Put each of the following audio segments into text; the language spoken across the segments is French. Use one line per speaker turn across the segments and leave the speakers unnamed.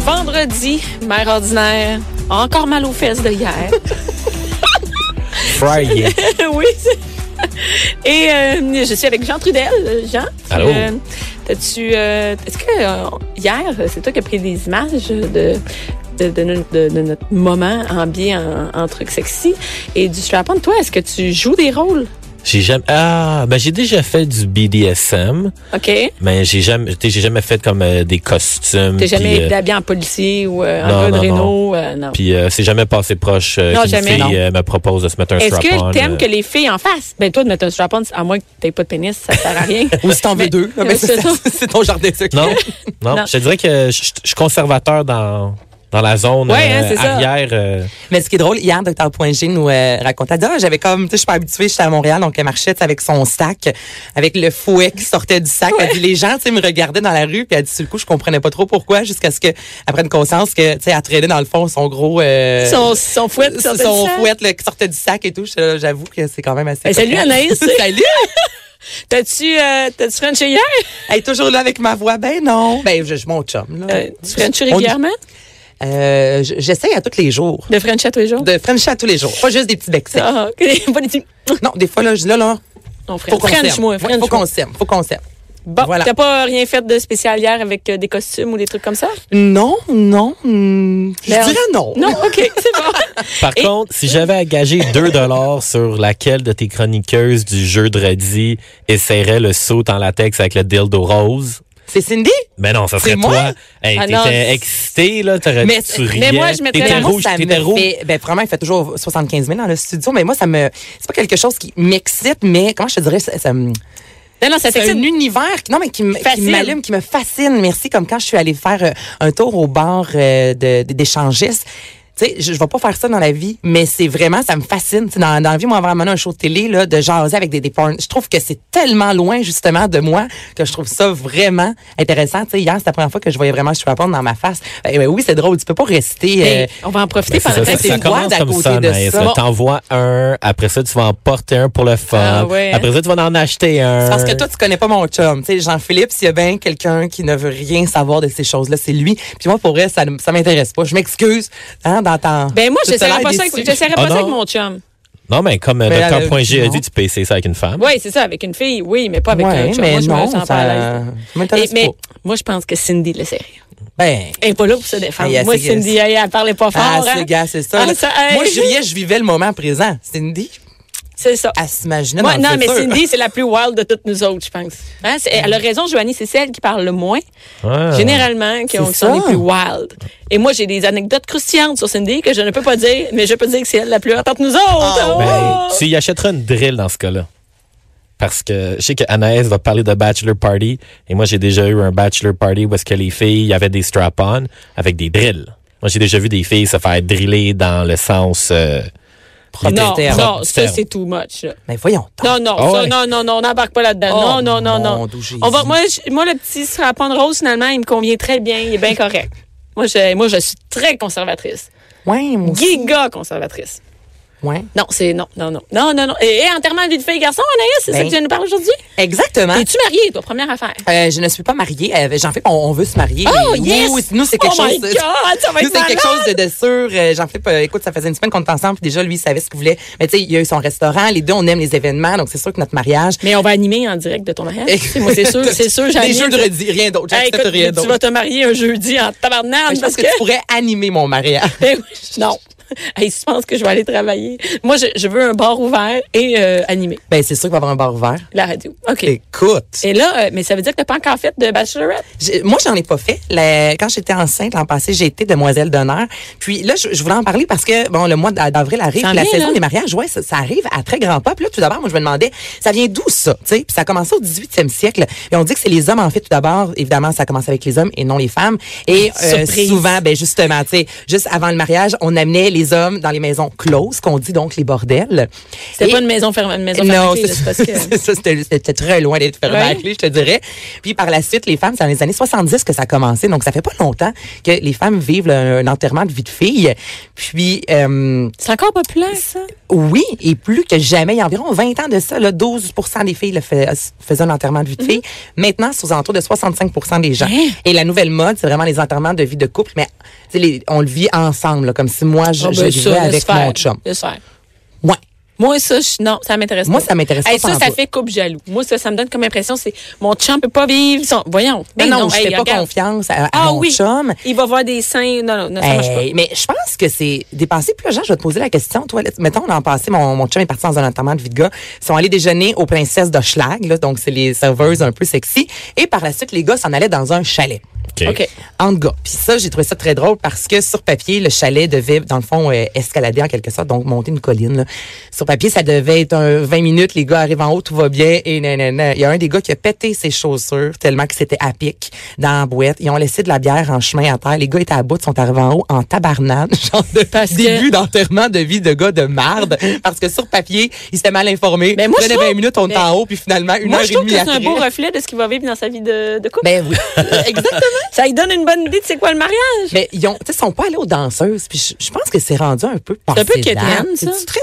Vendredi, mère ordinaire, encore mal aux fesses de hier.
Friday.
oui. c'est- Et euh, je suis avec Jean Trudel. Euh, Jean, tu,
Allô?
euh, t'as-tu, euh, est-ce que euh, hier, c'est toi qui as pris des images de de, de, no- de- de notre moment ambiant en, en truc sexy et du strap-on? Toi, est-ce que tu joues des rôles?
J'ai jamais ah ben j'ai déjà fait du BDSM,
OK? T'es
mais j'ai jamais tu sais, j'ai jamais fait comme euh, des costumes. puis,
jamais
euh,
été habillé en policier ou euh, en
non,
gars de
non,
Renault? euh, non.
puis euh, c'est jamais passé proche euh,
Non,
qu'une
jamais,
fille
non.
euh, me propose de se mettre un
Est-ce
strap-on.
que t'aimes
euh.
que les filles en fassent? Ben toi, de mettre un strap-on, à moins que t'aies pas de pénis, ça sert à rien.
Ou si t'en veux
Mais-
deux. là,
Oui,
ben,
c'est
c'est
ça.
c'est ton jardin secret.
Non, non,
Non.
je te dirais que je- je je suis conservateur dans dans la zone
Ouais, hein,
euh,
c'est ça.
arrière. euh,
Mais ce qui est drôle, hier, Dr. Poingé nous euh, racontait, elle dit, Ah, j'avais comme, tu sais, je suis pas habituée, j'étais à Montréal, donc elle marchait tu sais, avec son sac, avec le fouet qui sortait du sac. Elle dit, les gens, tu sais, me regardaient dans la rue, puis elle dit, sur le coup, je comprenais pas trop pourquoi, jusqu'à ce qu'elle prenne conscience que, tu sais, elle traînait dans le fond son gros... euh,
Son, son fouet,
son
sortait du sac.
fouet là, qui sortait du sac et tout. J'étais là, J'avoue que c'est quand même assez...
Eh, salut, Anaïs.
salut!
T'as-tu euh, t'as-tu frenché hier?
Elle est toujours là avec ma voix. Ben non. Ben, je suis mon chum, là.
Euh, tu frenches
On-
régulièrement?
Euh, j- J'essaye à tous les jours.
De French à tous les jours?
De French à tous les jours. Pas juste des petits becs secs.
Ah, ok. Pas des petits-
Non, des fois, là, je- là, là,
On French.
faut qu'on
French,
s'aime.
moi.
Ouais,
French,
faut
moi.
qu'on s'aime. Faut qu'on s'aime.
Bon,
Voilà.
t'as pas rien fait de spécial hier avec euh, des costumes ou des trucs comme ça?
Non, non. hmm, Je
Ben,
dirais non.
Non, OK, c'est bon.
Par contre, si j'avais à gager 2 dollars sur laquelle de tes chroniqueuses du jeu de redis essaierait le saut en latex avec le dildo rose,
C'est Cindy?
mais Ben non, ça
C'est
serait
moi?
toi. Hey,
Ah non, c'est-
t'étais excité là, t'aurais
Mais-
Euh, tu
mais
riais.
moi, je mettrais
T'étais
la
Moi,
rouge,
ça
t'étais
me
rouge.
fait- ben, vraiment, il fait toujours 75 000 dans le studio, mais moi, ça me. C'est pas quelque chose qui m'excite, mais comment je te dirais, ça, ça me-
Non, non, ça
C'est un
t'excite.
univers qui, non, mais qui, me- qui
Fascine.
m'allume, qui me fascine. Merci. Comme quand je suis allée faire euh, un tour au bar euh, de- de- d'échangistes. Tu sais, je ne vais pas faire ça dans la vie, mais c'est vraiment, ça me fascine. Tu sais, dans, dans la vie, moi, vraiment, un show de télé, là, de jaser avec des, des porn. Je trouve que c'est tellement loin, justement, de moi, que je trouve ça vraiment intéressant. Tu sais, hier, c'est la première fois que je voyais vraiment, je suis à dans ma face. Eh ben oui, c'est drôle. Tu peux pas rester. euh,
Hey, on va en profiter
Ben, c'est
pendant
ça,
que
ça,
c'est
ça
une
commence
boîte à
comme
côté
ça,
de
Anaïs.
ça.
Là, T'envoies un, après ça, tu vas en porter un pour le fun.
Ah ouais, hein?
Après ça, tu vas en acheter un.
C'est parce que toi, tu connais pas mon chum. Tu sais, Jean-Philippe, s'il y a bien quelqu'un qui ne veut rien savoir de ces choses-là, c'est lui. Puis moi, pour vrai, ça ne ça m'intéresse pas. Je m'excuse hein, d'entendre.
Ben moi,
Tu te
j'essaierais
l'as
pas ça
déçu.
avec, j'essaierais pas
Ah
ça
non?
avec mon chum.
Non, mais comme euh,
Mais elle
Dr.
a-
Point G a
non.
dit, tu peux essayer ça avec une femme.
Oui, c'est ça, avec une fille, oui, mais pas avec
Ouais,
un chum.
mais
moi, je
non,
me sens
ça-
pas à l'aise.
ça m'intéresse
Et- mais
pas.
moi, je pense que Cindy le sait.
Ben.
Elle est pas là pour se défendre.
Hey, elle
moi,
sait-
Cindy, elle, elle parlait pas fort.
Ah,
hein.
c'est gars, c'est ça.
Ah,
là.
hey,
Moi, je riais, je vivais le moment présent. Cindy,
C'est ça.
elle s'imaginait
Moi,
dans le
non, mais
futur.
Cindy, c'est la plus wild de toutes nous autres, je pense. Hein? c'est- Elle a raison, Joanie, c'est celle qui parle le moins,
Ah.
généralement, qui, ont-
C'est
qui sont les
ça.
plus wild. Et moi, j'ai des anecdotes croustillantes sur Cindy que je ne peux pas dire, mais je peux dire que c'est elle la plus hâte entre nous autres.
Ah,
Oh!
Ben, tu y achèteras une drill dans ce cas-là. Parce que je sais que Anaïs va parler de bachelor party. Et moi, j'ai déjà eu un bachelor party où est-ce que les filles avaient des strap-on avec des drills. Moi, j'ai déjà vu des filles se faire driller dans le sens... euh,
non,
du terme.
non, ça,
terme.
c'est too much. là.
Mais voyons. donc.
Non, non,
Ah
ça,
ouais.
non, non, non, on n'embarque pas là-dedans.
Oh,
non, non, non, non.
mon doux Jésus.
On va, moi, je- moi, le petit strapon de rose, finalement, il me convient très bien, il est bien correct. Moi je, moi, je suis très conservatrice.
Ouais, moi aussi.
Giga conservatrice.
Ouais.
Non, c'est non, non, non. Non, non, non. Et, et enterrement de vie de fille et garçon, Anaïs, c'est
Ben. Hein?
ça que tu viens de nous parler aujourd'hui?
Exactement.
Es-tu mariée, toi, première affaire?
Euh, je ne suis pas mariée. Euh, Jean-Philippe, on, on veut se marier.
Oh,
Oui,
yes!
oui, nous, c'est quelque
Oh my
chose. de-
God, ça va
nous,
être
c'est quelque
malade!
chose de, de sûr. Euh, Jean-Philippe, euh, écoute, ça faisait une semaine qu'on était ensemble, puis déjà, lui, il savait ce qu'il voulait. Mais tu sais, il y a eu son restaurant. Les deux, on aime les événements, donc c'est sûr que notre mariage.
Mais on va animer en direct de ton mariage. Tu sais, moi, c'est sûr, c'est sûr,
Des
j'anime.
jeux de redis, rien d'autre.
Hey,
J'accepte
écoute,
rien
tu vas
d'autre.
te marier un jeudi en
Mais
tabarnane
Je pense
parce
que,
que...
tu pourrais animer mon mariage.
Ben oui, non. Hey, je pense que je vais aller travailler. Moi, je, je veux un bar ouvert et euh, animé,
Ben, c'est sûr qu'il va y avoir un bar ouvert.
la radio. OK.
Écoute.
Et là, euh, mais ça veut dire que t'as pas encore fait de bachelorette?
J'ai- Moi, j'en ai pas fait. La- quand j'étais enceinte l'an passé, j'ai été demoiselle d'honneur. Puis là, je, je voulais en parler parce que bon, le mois d'a- d'avril arrive,
Ça
puis la
vient,
saison
là.
des mariages, ouais, ça, ça arrive à très grand pas. Puis là, tout d'abord, moi, je me demandais, ça vient d'où ça Tu sais, puis ça a commencé au 18e siècle. Et on dit que c'est les hommes en fait tout d'abord. Évidemment, ça commence avec les hommes et non les femmes. Et euh,
Ah, Surprise.
souvent, ben justement, tu sais, juste avant le mariage, on amenait les hommes dans les maisons closes, qu'on dit donc les bordels.
C'était
Et-
pas une maison fermée, une maison
non,
fermée, là, c'est parce que.
c'est ça, c'était c'était très loin d'être fermé
Ouais.
à clé, je te dirais. Puis par la suite, les femmes, c'est dans les années 70 que ça a commencé, donc ça fait pas longtemps que les femmes vivent là, un enterrement de vie de fille. Puis euh,
C'est encore populaire, ça?
oui, et plus que jamais, il y a environ 20 ans de ça, là, 12 des filles le fait- faisaient un enterrement de vie de fille. Maintenant, c'est aux alentours de 65 des gens.
Mm-hmm. Hein?
Et la nouvelle mode, c'est vraiment les enterrements de vie de couple, mais tu sais, les- on le vit ensemble, là, comme si moi, je,
Ah, ben,
je vivais
ça,
avec
laisse faire,
mon chum.
laisse faire.
Ouais.
Moi, ça, je- non, ça m'intéresse
Moi,
pas.
ça m'intéresse
Hey,
pas
Ça, ça
pantoute.
fait couple jaloux. Moi, ça, ça me donne comme impression, c'est mon chum peut pas vivre. Son... Voyons.
Mais
Ben
non, je
hey,
fais pas
regarde.
confiance à, à
Ah
mon
oui.
chum.
Il va voir des seins. Non, non, non ça marche pas.
Hey, mais je pense que c'est dépenser plus l'argent. Je vais te poser la question. Toi, là, mettons, l'an passé, mon, mon chum est parti dans un enterrement de vie de gars. Ils sont allés déjeuner aux princesses de Schlag, là, donc c'est les serveuses un peu sexy. Et par la suite, les gars s'en allaient dans un chalet.
OK.
Entre gars. Puis ça, j'ai trouvé ça très drôle parce que sur papier, le chalet devait, dans le fond, euh, escalader en quelque sorte, donc monter une colline. là. Sur papier, ça devait être un 20 minutes, les gars arrivent en haut, tout va bien, et nanana. Il y a un des gars qui a pété ses chaussures tellement que c'était à pic dans la boîte. Ils ont laissé de la bière en chemin à terre. Les gars étaient à bout, sont arrivés en haut en tabarnade, genre de
Parce que-
début d'enterrement de vie de gars de marde, parce que sur papier, ils s'étaient mal informés.
Mais moi, je
Donnez
trouve-
20 minutes, on est
mais-
en haut, puis finalement, une
Moi,
heure
je
et
trouve que
demie
c'est un
après.
beau reflet de ce qu'il va vivre dans sa vie de, de couple.
Ben oui.
Exactement. Ça lui donne une bonne idée de c'est quoi le mariage.
Mais ils ont, tu sais, ils sont pas allés aux danseuses. Puis je, je pense que c'est rendu un peu
C'est un peu
passé
quétaine,
date.
ça.
C'est très.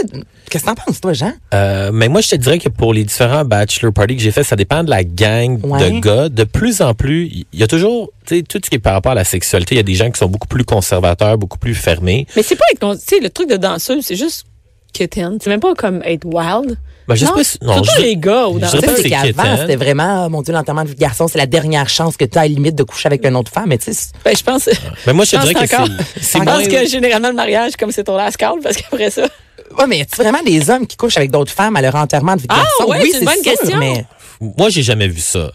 Qu'est-ce que t'en penses, toi, Jean?
Euh, mais moi, je te dirais que pour les différents bachelor parties que j'ai fait, ça dépend de la gang
Ouais.
de gars. De plus en plus, il y a toujours, tu sais, tout ce qui est par rapport à la sexualité, il y a des gens qui sont beaucoup plus conservateurs, beaucoup plus fermés.
Mais c'est pas être. con- Tu sais, le truc de danseuse, c'est juste que t'aimes. C'est même pas comme être wild.
Ben, je sais pas si- non,
surtout
je-
les gars ou
je
dans
dirais
Tu sais,
pas
c'est
c'est
qu'avant,
quétaine.
c'était vraiment, ah, mon Dieu, l'enterrement de garçon, c'est la dernière chance que tu as à la limite de coucher avec une autre femme. Mais tu sais, c'est-
Ben, je pense.
Mais moi, je te
pense
dirais que
encore-
c'est- c'est
Je
moins...
pense que généralement, le mariage, comme c'est ton last call, parce qu'après ça.
ouais, mais y a-tu vraiment des hommes qui couchent avec d'autres femmes à leur enterrement de vie de
Ah,
garçon?
ouais,
oui,
c'est une bonne
sûr,
question.
Mais
Moi, j'ai jamais vu ça.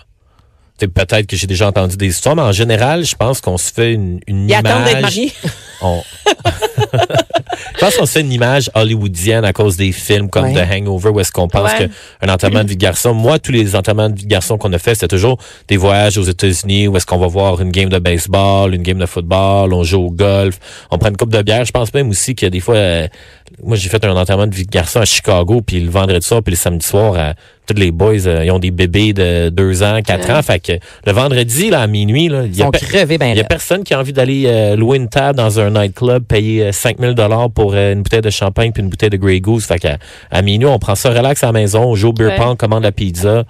Tu sais, Peut-être que j'ai déjà entendu des histoires, mais en général, je pense qu'on se fait une, une
Ils
image.
attendent d'être mariés.
On- je pense qu'on se fait une image hollywoodienne à cause des films comme
Ouais.
The Hangover où est-ce qu'on pense
Ouais.
qu'un enterrement de vie de garçon, moi, tous les enterrements de vie de garçon qu'on a fait, c'était toujours des voyages aux États-Unis où est-ce qu'on va voir une game de baseball, une game de football, on joue au golf, on prend une coupe de bière. Je pense même aussi que des fois, euh, moi, j'ai fait un enterrement de vie de garçon à Chicago, puis le vendredi soir, puis le samedi soir, à, tous les boys, euh, ils ont des bébés de deux ans, quatre ans. Fait que le vendredi, là, à minuit, là, il
ils
y a
sont
pe-
crevés, ben
il n'y a
là.
personne qui a envie d'aller euh, louer une table dans un nightclub, payer euh, 5000 dollars pour euh, une bouteille de champagne puis une bouteille de Grey Goose. Fait qu'à à minuit, on prend ça relax à la maison, on joue au beer
Ouais.
pong, commande la pizza.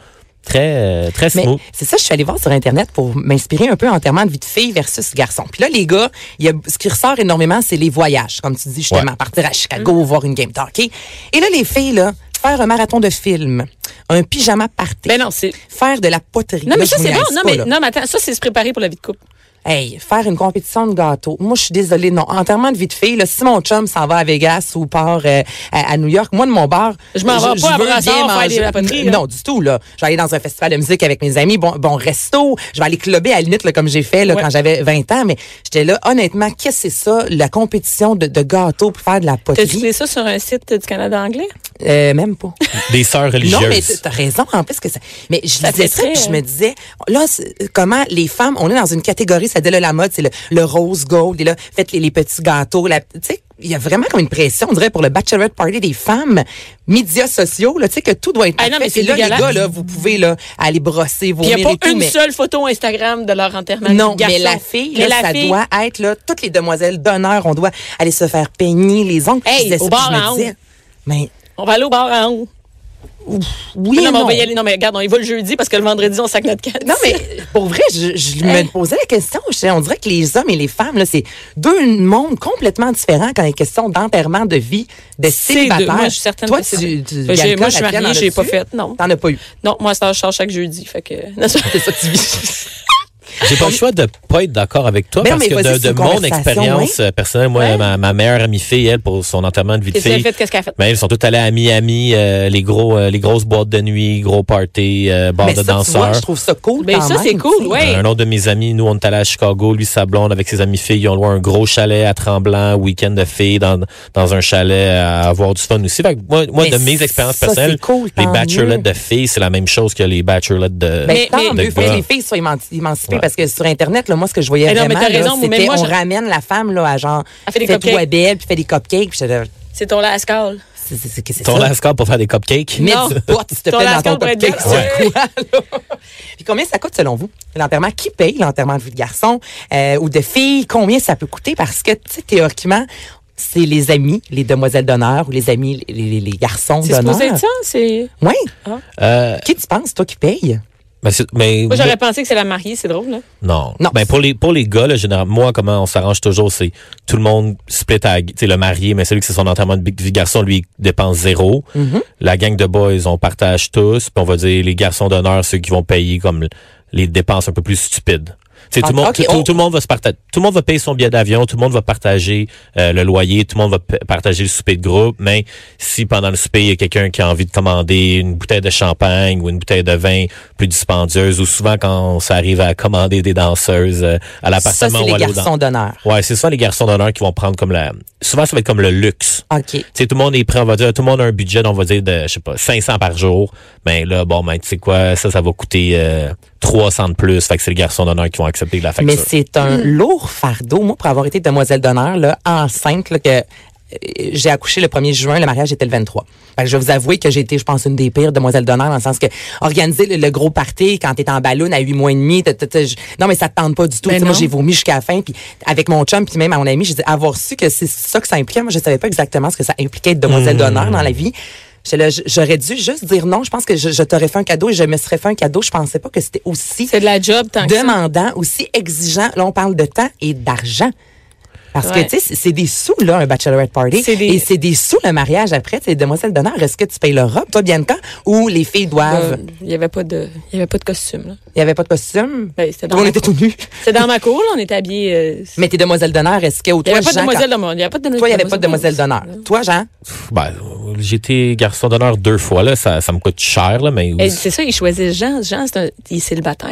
Très, euh, très
Mais
smooth.
c'est ça, je suis allée voir sur Internet pour m'inspirer un peu enterrement de vie de fille versus garçon. Puis là, les gars, il y a, ce qui ressort énormément, c'est les voyages, comme tu dis justement,
Ouais.
partir à Chicago,
Mhm.
voir une game d'hockey. Et là, les filles, là, faire un marathon de film, un pyjama party,
Ben non, c'est.
faire de la poterie.
Non,
Là,
mais
je
ça,
vous
c'est bon.
niaise
Non,
pas,
mais,
là.
non, mais attends, ça, c'est se préparer pour la vie de couple.
Hey, faire une compétition de gâteau. Moi, je suis désolée, non. Enterrement de vie de fille, là, si mon chum s'en va à Vegas ou part euh, à, à New York, moi, de mon bar,
Je m'en vais pas à
veux
Brassard
bien
faire
manger.
des lapoteries, là.
Non, du tout, là. Je vais aller dans un festival de musique avec mes amis, bon, bon resto. Je vais aller clubber à la limite, là, comme j'ai fait là,
Ouais.
quand j'avais 20 ans. Mais j'étais là, honnêtement, qu'est-ce que c'est ça, la compétition de, de gâteau pour faire de la
T'as trouvé
poterie?
ça sur un site du Canada anglais?
Euh, même pas.
Des sœurs religieuses.
Non, mais t- t'as raison. En plus que ça. Mais je
Ça
disais
fait
ça,
très,
puis je
euh,
me disais, là, c'est- comment les femmes, on est dans une catégorie, ça dit là, la mode, c'est le, le rose gold, et là, faites les, les petits gâteaux, la, tu sais. Il y a vraiment comme une pression, on dirait, pour le bachelorette party des femmes, médias sociaux, là, tu sais, que tout doit être
Ah non,
parfait.
mais c'est
Puis là, les
dégueulasse.
gars, là, vous pouvez, là, aller brosser vos
Puis il n'y a
mires et
pas
tout,
une
mais-
seule photo Instagram de leur enterrement.
non,
du garçon.
mais la fille,
Mais
là,
la
ça
fille-
doit être là, toutes les demoiselles d'honneur, on doit aller se faire peigner les ongles.
Hey,
Je disais
au
ça,
bar
puis je me
à
disais, Mais
On va aller au bar à Hong.
oui,
non, mais on
non.
va y aller. Non, mais regarde, on y va le jeudi parce que le vendredi, on sac notre canne.
Non, mais pour vrai, je, je
Hey.
me posais la question. Je sais, on dirait que les hommes et les femmes, là, c'est deux mondes complètement différents quand il est question d'enterrement de vie, de
C'est deux.
célibataire.
Moi, je suis certaine
Toi,
que c'est
tu,
deux.
tu-
Ben, j'ai-
Bianca,
moi, je suis
Tatiana,
mariée,
en
j'ai pas
as-tu?
fait, non.
T'en as pas eu.
Non, moi, ça, je sors chaque jeudi. Fait que.
C'est ça que tu vis.
J'ai pas le choix de pas être d'accord avec toi
Ben,
parce
mais vas-y,
que de,
c'est
de
une
mon
conversation,
expérience euh, personnelle, moi,
Ouais.
ma, ma meilleure amie fille, elle, pour son enterrement de vie de
Qu'est-ce qu'elle a
fille,
fait? Qu'est-ce qu'elle a fait?
mais elles sont toutes allées à Miami, euh, les gros, euh, les grosses boîtes de nuit, gros party, euh, bars
Mais
de
Ben ça, tu vois,
danseurs.
je trouve ça cool.
Ben,
quand
ça,
même,
c'est cool,
tu sais.
ouais.
Un autre de mes amis, nous, on est allé à Chicago, lui, sa blonde, avec ses amis filles. Ils ont loué un gros chalet à Tremblant, week-end de filles, dans, dans un chalet à avoir du fun aussi. Fait que moi, moi
Mais
de mes expériences
ça,
personnelles,
c'est cool,
les
tant
bachelorettes de
mieux.
filles, c'est la même chose que les bachelorettes de...
Ben,
Mais-
tant
mais-
mieux,
de
faut que
gars.
les filles soient éman- émancipées développé parce que sur Internet, là, moi, ce que je voyais
Eh non, mais
vraiment,
t'as
là,
raison, mais
c'était
moi,
on
je-
ramène la femme là, à genre,
Elle fait des
fais-toi
cupcakes.
belle, puis fais des cupcakes. Puis j'étais là,
C'est ton lascal.
c'est c'est- c'est- c'est
Ton
ça.
lascar pour faire des cupcakes.
Mets
Non.
du pot, s'il te
Ton
plaît, dans
lascar
ton
pour être
cupcake.
bien
c'est quoi, là? Puis combien ça coûte selon vous? L'enterrement, qui paye l'enterrement de vie de garçon euh, ou de fille? Combien ça peut coûter? Parce que, tu sais, théoriquement, c'est les amis, les demoiselles d'honneur ou les amis, les, les- les garçons
C'est
d'honneur.
supposé être ça? C'est...
Oui.
Euh,
Qui tu penses, toi, qui paye?
mais c'est- mais-
Moi, j'aurais pensé que c'est la mariée, c'est drôle, là.
Non.
Non.
Ben pour les pour les gars, là, généralement, moi, comment on s'arrange toujours, c'est tout le monde split à tu sais, le marié, mais celui qui c'est son enterrement de big- vie de garçon, lui, il dépense zéro.
Mm-hmm.
La gang de boys, on partage tous, puis on va dire les garçons d'honneur, ceux qui vont payer comme les dépenses un peu plus stupides. Tu sais, tout, le
Ah,
monde,
ok.
tout,
Oh.
tout le monde va se partager. Tout le monde va payer son billet d'avion, tout le monde va partager euh, le loyer, tout le monde va p- partager le souper de groupe. Mais si pendant le souper, il y a quelqu'un qui a envie de commander une bouteille de champagne ou une bouteille de vin plus dispendieuse, ou souvent quand ça arrive à commander des danseuses euh, à
Ça,
l'appartement
c'est
ou
les
à l'autre.
garçons d'honneur.
Ouais, c'est souvent les garçons d'honneur qui vont prendre comme la. Souvent, ça va être comme le luxe.
OK.
Tu sais, tout le monde est prêt, on va dire, tout le monde a un budget, on va dire, de, je sais pas, 500 par jour. Mais là, bon, ben, tu sais quoi, ça, ça va coûter euh, 300 de plus. Fait que c'est les garçons d'honneur qui vont accepter la facture.
Mais c'est
Mm.
un lourd fardeau. Moi, pour avoir été demoiselle d'honneur, là, enceinte, là, que euh, j'ai accouché le 1er juin, le mariage était le 23. Fait que je vais vous avouer que j'ai été, je pense, une des pires demoiselles d'honneur dans le sens que organiser le, le gros party quand t'es en ballon à 8 mois et demi, t'as- t'as- t'as- je- non mais ça te tente pas du tout.
Ben
Tu sais, moi
non.
j'ai vomi jusqu'à la fin puis avec mon chum puis même à mon ami, j'ai dit avoir su que c'est ça que ça impliquait. Moi je savais pas exactement ce que ça impliquait être demoiselle d'honneur dans la vie. J'étais là, j- J'aurais dû juste dire non. Je pense que je, je t'aurais fait un cadeau et je me serais fait un cadeau. Je pensais pas que c'était aussi
C'est de la job tant que ça.
demandant, aussi exigeant. Là, on parle de temps et d'argent. Parce
Ouais.
que, tu sais, c'est- c'est des sous, là, un bachelorette party.
C'est des-
Et c'est des sous, le mariage après. C'est demoiselle d'honneur. Est-ce que tu payes leur robe, toi, Bianca, ou les filles doivent.
Euh, Il n'y avait pas de, il y avait pas de costume, là.
Il n'y avait pas de costume?
Ben, c'était dans,
on
ma-
était tout nus.
c'était dans ma cour, là, on était habillés. euh,
Mais tes demoiselles d'honneur, est-ce que, ou
il n'y
toi,
avait pas de
Jean,
demoiselle
quand-
d'honneur. Il n'y avait pas de
toi, il n'y avait pas de demoiselle d'honneur. Toi, Jean?
Ben, euh, j'ai été garçon d'honneur deux fois, là. Ça, ça me coûte cher, là, mais.
Et Eh, C'est ça, il choisissait Jean. Jean, c'est un, il est célibataire.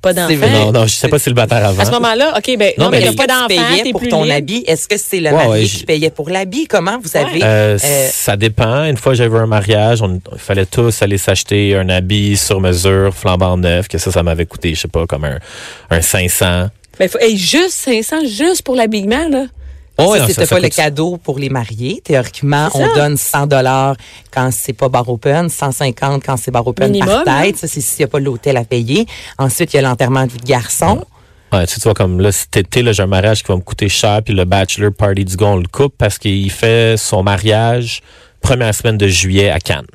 Pas
C'est vrai.
d'enfant.
Eh, Non, non, je sais pas si le bâtard avant.
À ce moment-là, OK, ben,
Non,
non,
mais
mais il n'y
est-ce
a pas
tu
d'enfant,
payais
t'es
pour
plus
ton
libre.
habit. Est-ce que c'est le
Ouais,
marié
ouais,
qui
je-
payait pour l'habit? Comment vous savez?
Euh,
Euh,
ça dépend. Une fois, j'avais un mariage, on, il fallait tous aller s'acheter un habit sur mesure, flambant neuf, que ça, ça m'avait coûté, je sais pas, comme un, un 500.
Mais Ben, faut, hey, juste 500, juste pour l'habillement, là.
Oh,
ça,
non,
c'était pas le
coûte-
cadeau pour les mariés. Théoriquement,
C'est
on
ça.
donne 100 dollars quand c'est pas bar open, 150 quand c'est bar open
Minimum,
par tête.
hein.
Ça, c'est s'il n'y a pas l'hôtel à payer. Ensuite, il y a l'enterrement de vie de garçon.
Ouais, tu sais, tu vois, comme là, cet été, là, j'ai un mariage qui va me coûter cher, puis le bachelor party du gars, on le coupe parce qu'il fait son mariage première semaine de juillet à Cannes.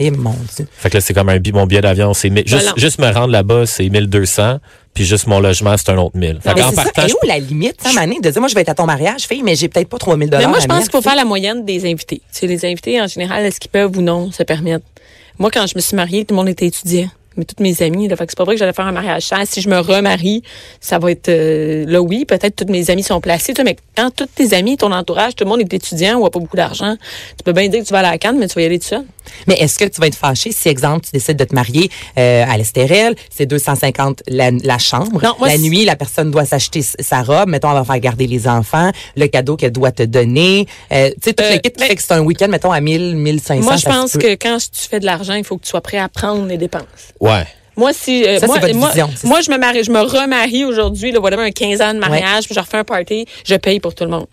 Et Eh, mon Dieu.
Fait que là, c'est comme un bi- mon billet d'avion, c'est mi- juste,
Voilà.
juste me rendre là-bas, c'est 1200, puis juste mon logement, c'est un autre 1000. Fait
Ah, Mais
qu'en
c'est ça.
partant,
Et
je-
où la limite, ça, Mané, de dire, moi, je vais être à ton mariage, fille, mais j'ai peut-être pas 3000 dollars.
Mais moi,
à
je pense
mettre.
qu'il faut faire la moyenne des invités. Tu sais, les invités, en général, est-ce qu'ils peuvent ou non se permettre? Moi, quand je me suis mariée, tout le monde était étudiant. Mais toutes mes amies, là, fait que c'est pas vrai que j'allais faire un mariage cher. Si je me remarie, ça va être euh, là oui, peut-être toutes mes amies sont placées, tu sais, mais quand toutes tes amies, ton entourage, tout le monde est étudiant ou a pas beaucoup d'argent, tu peux bien dire que tu vas aller à la canne, mais tu vas y aller tout seul.
Mais est-ce que tu vas être fâché si, exemple, tu décides de te marier euh, à l'estérel, c'est 250 la, la chambre.
Non, moi,
la
c'est-
nuit, la personne doit s'acheter s- sa robe. Mettons, elle va faire garder les enfants, le cadeau qu'elle doit te donner. Euh, tu sais, tout
Euh,
le kit qui
mais-
fait que c'est un week-end, mettons, à 1000, 1500.
moi, je
ça se
pense
peut.
que quand tu fais de l'argent, il faut que tu sois prêt à prendre les dépenses.
ouais.
Moi, si. euh,
Ça, c'est
moi,
votre
moi,
vision, c'est
moi, je me marie, je me remarie aujourd'hui, là, whatever, un 15 ans de mariage, puis je refais un party, je paye pour tout le monde.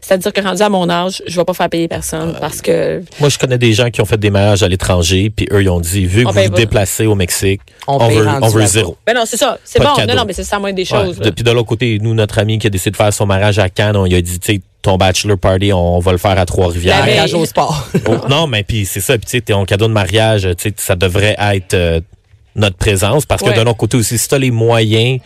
C'est-à-dire que rendu à mon âge, je vais pas faire payer
Ah.
personne parce que.
Moi, je connais des gens qui ont fait des mariages à l'étranger, puis eux, ils ont dit,
Ah, ben
vu que
On
vous
paye
vous
pas.
déplacez au Mexique,
On
on,
paye
veut,
rendu
on veut
là-bas.
zéro.
Ben non, c'est ça. C'est
Pas de
bon.
cadeau.
Non, non, mais c'est ça, moins des
Ouais.
choses.
De-
là.
Puis de l'autre côté, nous, notre ami qui a décidé de faire son mariage à Cannes, on lui a dit, tu sais, ton bachelor party, on va le faire à
La veille.
Trois-Rivières.
Mariage au sport.
Oh, non, mais puis c'est ça, puis tu sais, t'es en cadeau de mariage, tu sais, ça devrait être euh, notre présence, parce que
Ouais.
d'un autre côté aussi, si t'as les moyens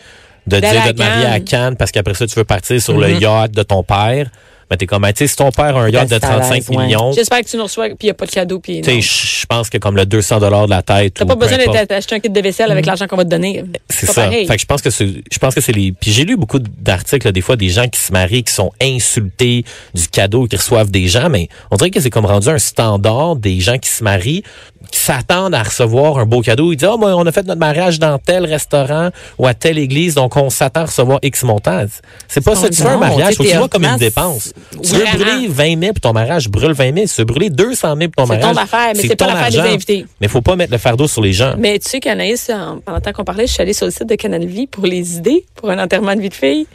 de
D'aller
dire
à
de te marier à
Cannes. Mhm.
Cannes, parce qu'après ça, tu veux partir sur le yacht de ton père, mais t'es comme, ah, tu sais, si ton père a un yacht de
Ben, c'est à
35
l'aise, ouais.
millions, tu
J'espère que tu nous reçois, puis il n'y a pas de cadeau, puis.
sais,
non.
je pense que comme le 200 de la tête,
T'as
ou
pas
peu
besoin
importe. Mm.
d'aller t'acheter un kit de vaisselle avec l'argent qu'on va te donner.
C'est
pas
ça.
pareil.
Fait que je pense que c'est, je pense que c'est les. Puis j'ai lu beaucoup d'articles là, des fois des gens qui se marient, qui sont insultés du cadeau qu'ils reçoivent des gens, mais on dirait que c'est comme rendu un standard des gens qui se marient, qui s'attendent à recevoir un beau cadeau. Ils disent oh moi on a fait notre mariage dans tel restaurant ou à telle église, donc on s'attend à recevoir X montant. C'est pas ça. Tu fais un
Non,
mariage,
tu
faut
sais,
que tu vois comme une
théoriquement,
dépense. Tu veux
Vraiment.
brûler 20 000 pour ton mariage, brûle 20 000. Si tu veux brûler 200 000 pour ton
C'est
mariage,
ton affaire, mais c'est pas
ton
l'affaire des
argent.
invités.
Mais faut pas mettre le fardeau sur les gens.
Mais tu sais qu'Anaïs, en- pendant le temps qu'on parlait, je suis allée sur le site de Canal Vie pour les idées pour un enterrement de vie de fille.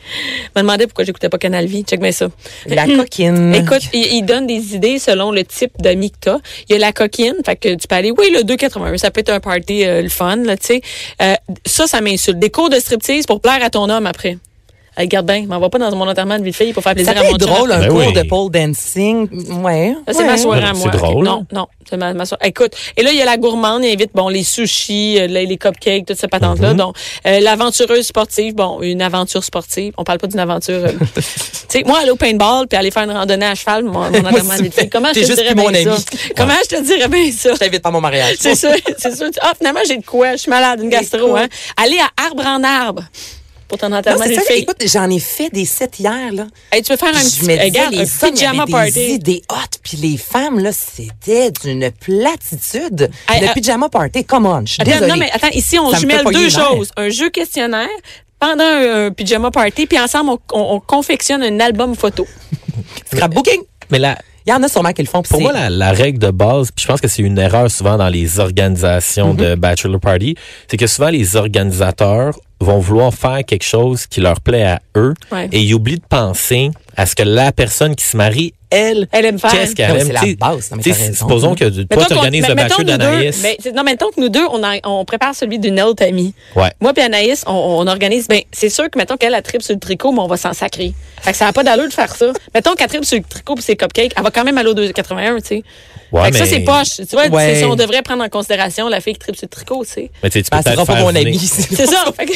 Je me demandais pourquoi j'écoutais pas Canal Vie. Check bien ça.
La coquine.
Écoute, il, il donne des idées selon le type d'amis que t'as. Il y a la coquine, fait que tu peux aller, oui, le 2,81, ça peut être un party euh, le fun, là, tu sais. Euh, ça, ça m'insulte. Des cours de striptease pour plaire à ton homme après. Euh, Regarde bien, m'envoie pas dans mon enterrement de vie de fille pour faire
ça
plaisir
peut
à mon
être
chum
drôle, un
Ben
cours
oui.
de pole dancing. Ouais.
Là, Ah, c'est
ouais.
ma soirée à
C'est
moi.
drôle.
Non, non, c'est ma, ma soirée. Écoute, et là, il y a la gourmande, il invite, bon, les sushis, euh, les, les cupcakes, toutes ces patentes-là.
Mhm.
Donc, euh, l'aventureuse sportive, bon, une aventure sportive. On parle pas d'une aventure... euh, tu sais, moi, aller au paintball puis aller faire une randonnée à cheval, mon, mon enterrement
s'il
de
te plaît,
vie, comment je
t'es
te
juste
dirais
plus mon
bien ça?
ami.
Comment je te dirais bien ça?
Je t'invite pas à mon mariage.
C'est sûr, c'est sûr. Ah, finalement, j'ai de quoi? Je suis malade, une gastro,
Écoute.
hein? Aller à arbre en arbre pour ton
Non,
enterrement
c'est
de
ça.
fille.
Écoute, j'en ai fait des sets hier, là.
Hey, tu peux faire un
je
petit, euh,
me disais,
regarde,
les
un
hommes, il y
pyjama
avait des
party.
idées hautes, puis les femmes, là, c'était d'une platitude.
Hey,
le
euh,
pyjama party, come on, je suis
Attends,
désolée.
non, mais attends, ici, on
Ça me fait
jumelle
pogner
deux
les nerfs.
choses. Un jeu questionnaire pendant un, un pyjama party, puis ensemble, on, on- on confectionne un album photo.
Scrapbooking,
Mais la,
il y en a sûrement qui le font. puis
pour
c'est-
moi, la, la règle de base, puis je pense que c'est une erreur souvent dans les organisations de bachelor party, c'est que souvent les organisateurs vont vouloir faire quelque chose qui leur plaît à eux
Ouais.
et ils oublient de penser à ce que la personne qui se marie, elle,
Elle aime faire.
qu'est-ce qu'elle
Non, mais
aime.
c'est la
T'sais,
base. Non, mais
t'sais,
t'as raison.
supposons que toi,
Mettons
tu
qu'on-
organises
mais-
le
mettons
bachelor
nous deux-
d'Anaïs.
mais c'est- non, mettons que nous deux, on, en- on prépare celui d'une autre amie.
Ouais.
Moi puis Anaïs, on, on organise. Ben, c'est sûr que mettons qu'elle a trip sur le tricot, mais on va s'en sacrer. Fait que ça n'a pas d'allure de faire ça. mettons qu'elle tripe sur le tricot puis ses cupcakes, elle va quand même aller au 281, tu sais.
Ouais,
fait que ça,
mais-
c'est poche. Tu vois,
Ouais.
c'est- on devrait prendre en considération la fille qui tripe sur le tricot, tu sais.
Mais tu sais, tu peux
Ben, c'est
peut-être
pas pour
faire
mon ami.
venir-
C'est
C'est
ça. Fait que-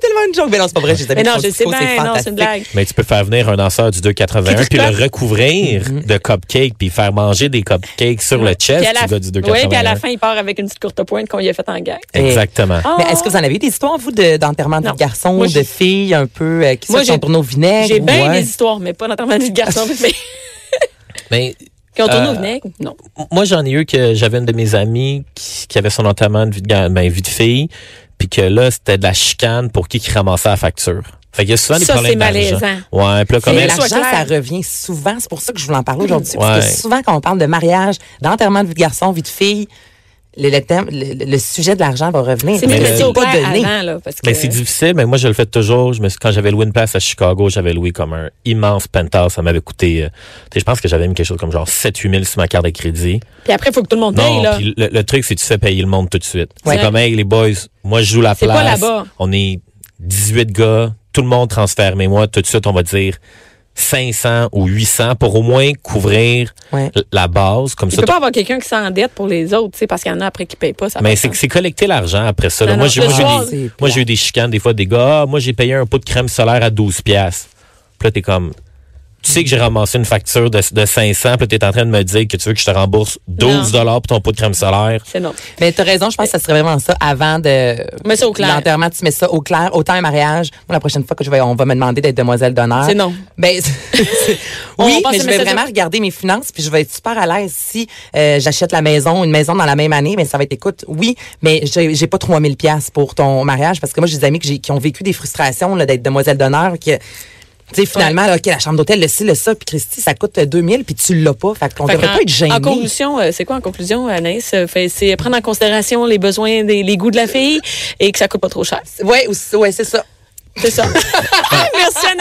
tellement une joke. Mais non, c'est pas vrai. J'ai des
mais
amis
non,
qui font
je
du
sais
faux,
bien, non, c'est une
fantastique.
blague.
Mais tu peux faire venir un danseur du 281 puis le recouvrir de cupcakes puis faire manger des cupcakes sur le chest
Mm-hmm. Puis à la-
du gars du
Oui, puis à
281.
la fin, il part avec une petite courte pointe qu'on lui a faite en gang.
Exactement.
Ah!
Mais est-ce que vous en avez des histoires, vous, de- d'enterrement de,
Non.
garçons,
Moi,
de
j'ai-
filles, un peu, euh, qui
Moi,
se sont
j'ai-
tournées au
Eh,
vinaigre?
J'ai bien
Ouais.
des histoires, mais pas notamment de garçon. mais
Mais
qui ont tourné
Euh,
au vinaigre? Non.
moi, j'en ai eu que j'avais une de mes amies qui, qui avait son enterrement de vie de, gar- ben, vie de fille, puis que là, c'était de la chicane pour qui qui ramassait la facture. Fait qu'il y a souvent des
Ça,
problèmes
c'est
d'argent.
malaisant.
Ouais, puis là, comme
C'est
elle-
Mais
la-
l'argent,
soit
ça
clair.
revient souvent. C'est pour ça que je voulais en parler aujourd'hui. Parce
Ouais.
que souvent, quand on parle de mariage, d'enterrement de vie de garçon, vie de fille, le, le thème- le- le sujet de l'argent va revenir.
C'est mieux
mais
de
le-
le dire au
pas
clair
donné.
avant, là. Parce que
Mais ben, c'est difficile, mais moi, je le fais toujours. Je me suis- quand j'avais loué une place à Chicago, j'avais loué comme un immense penthouse. Ça m'avait coûté, euh, tu sais, je pense que j'avais mis quelque chose comme genre 7-8 000 sur ma carte de crédit.
Puis après, il faut que tout le monde paye,
Non,
là.
puis le, le truc, c'est que tu fais payer le monde tout de suite.
Ouais.
C'est comme, hey, les boys, moi, je joue la
C'est pas
place.
là-bas.
On est 18 gars, tout le monde transfère, mais moi, tout de suite, on va dire 500 ou 800 pour au moins couvrir
Ouais.
l- la base. Comme
Il
ça,
peut pas avoir quelqu'un qui s'endette pour les autres, tu sais, parce qu'il y en a après qui payent pas. Ça
mais
fait
c'est
sens.
c'est collecter l'argent après ça. là.
Non,
moi,
non,
j'ai
le
moi, j'ai
soir,
eu des-
c'est
moi, j'ai eu des chicanes des fois, des gars, Ah, moi, j'ai payé un pot de crème solaire à 12 piastres. Puis là, t'es comme, tu sais que j'ai ramassé une facture de, de 500, puis là, t'es en train de me dire que tu veux que je te rembourse 12 dollars pour ton pot de crème solaire.
C'est non.
Mais t'as raison, je pense que ça serait vraiment ça avant de.
Mets ça au clair.
L'enterrement, tu mets ça au clair. Autant un mariage. Moi, la prochaine fois que je vais, on va me demander d'être demoiselle d'honneur.
C'est non.
Ben, c'est- c'est-
On
oui,
passe
mais
le
je vais
message
vraiment
au-
regarder mes finances, puis je vais être super à l'aise si euh, j'achète la maison, une maison dans la même année. Mais ça va être, écoute, oui, mais j'ai j'ai pas 3000 pièces pour ton mariage parce que moi, j'ai des amis que j'ai- qui ont vécu des frustrations là, d'être demoiselle d'honneur. qui tu sais, finalement, là, OK, la chambre d'hôtel, le ci, le ça, puis Christy, ça coûte euh, 2000, puis tu l'as pas. Fait qu'on
Fait
devrait
qu'en-
pas être gêné.
En conclusion, euh, c'est quoi en conclusion, Anaïs? Euh, fait- C'est prendre en considération les besoins, des- les goûts de la fille et que ça coûte pas trop cher.
Ouais, ou- ouais, c'est ça.
C'est ça. Merci, Anaïs.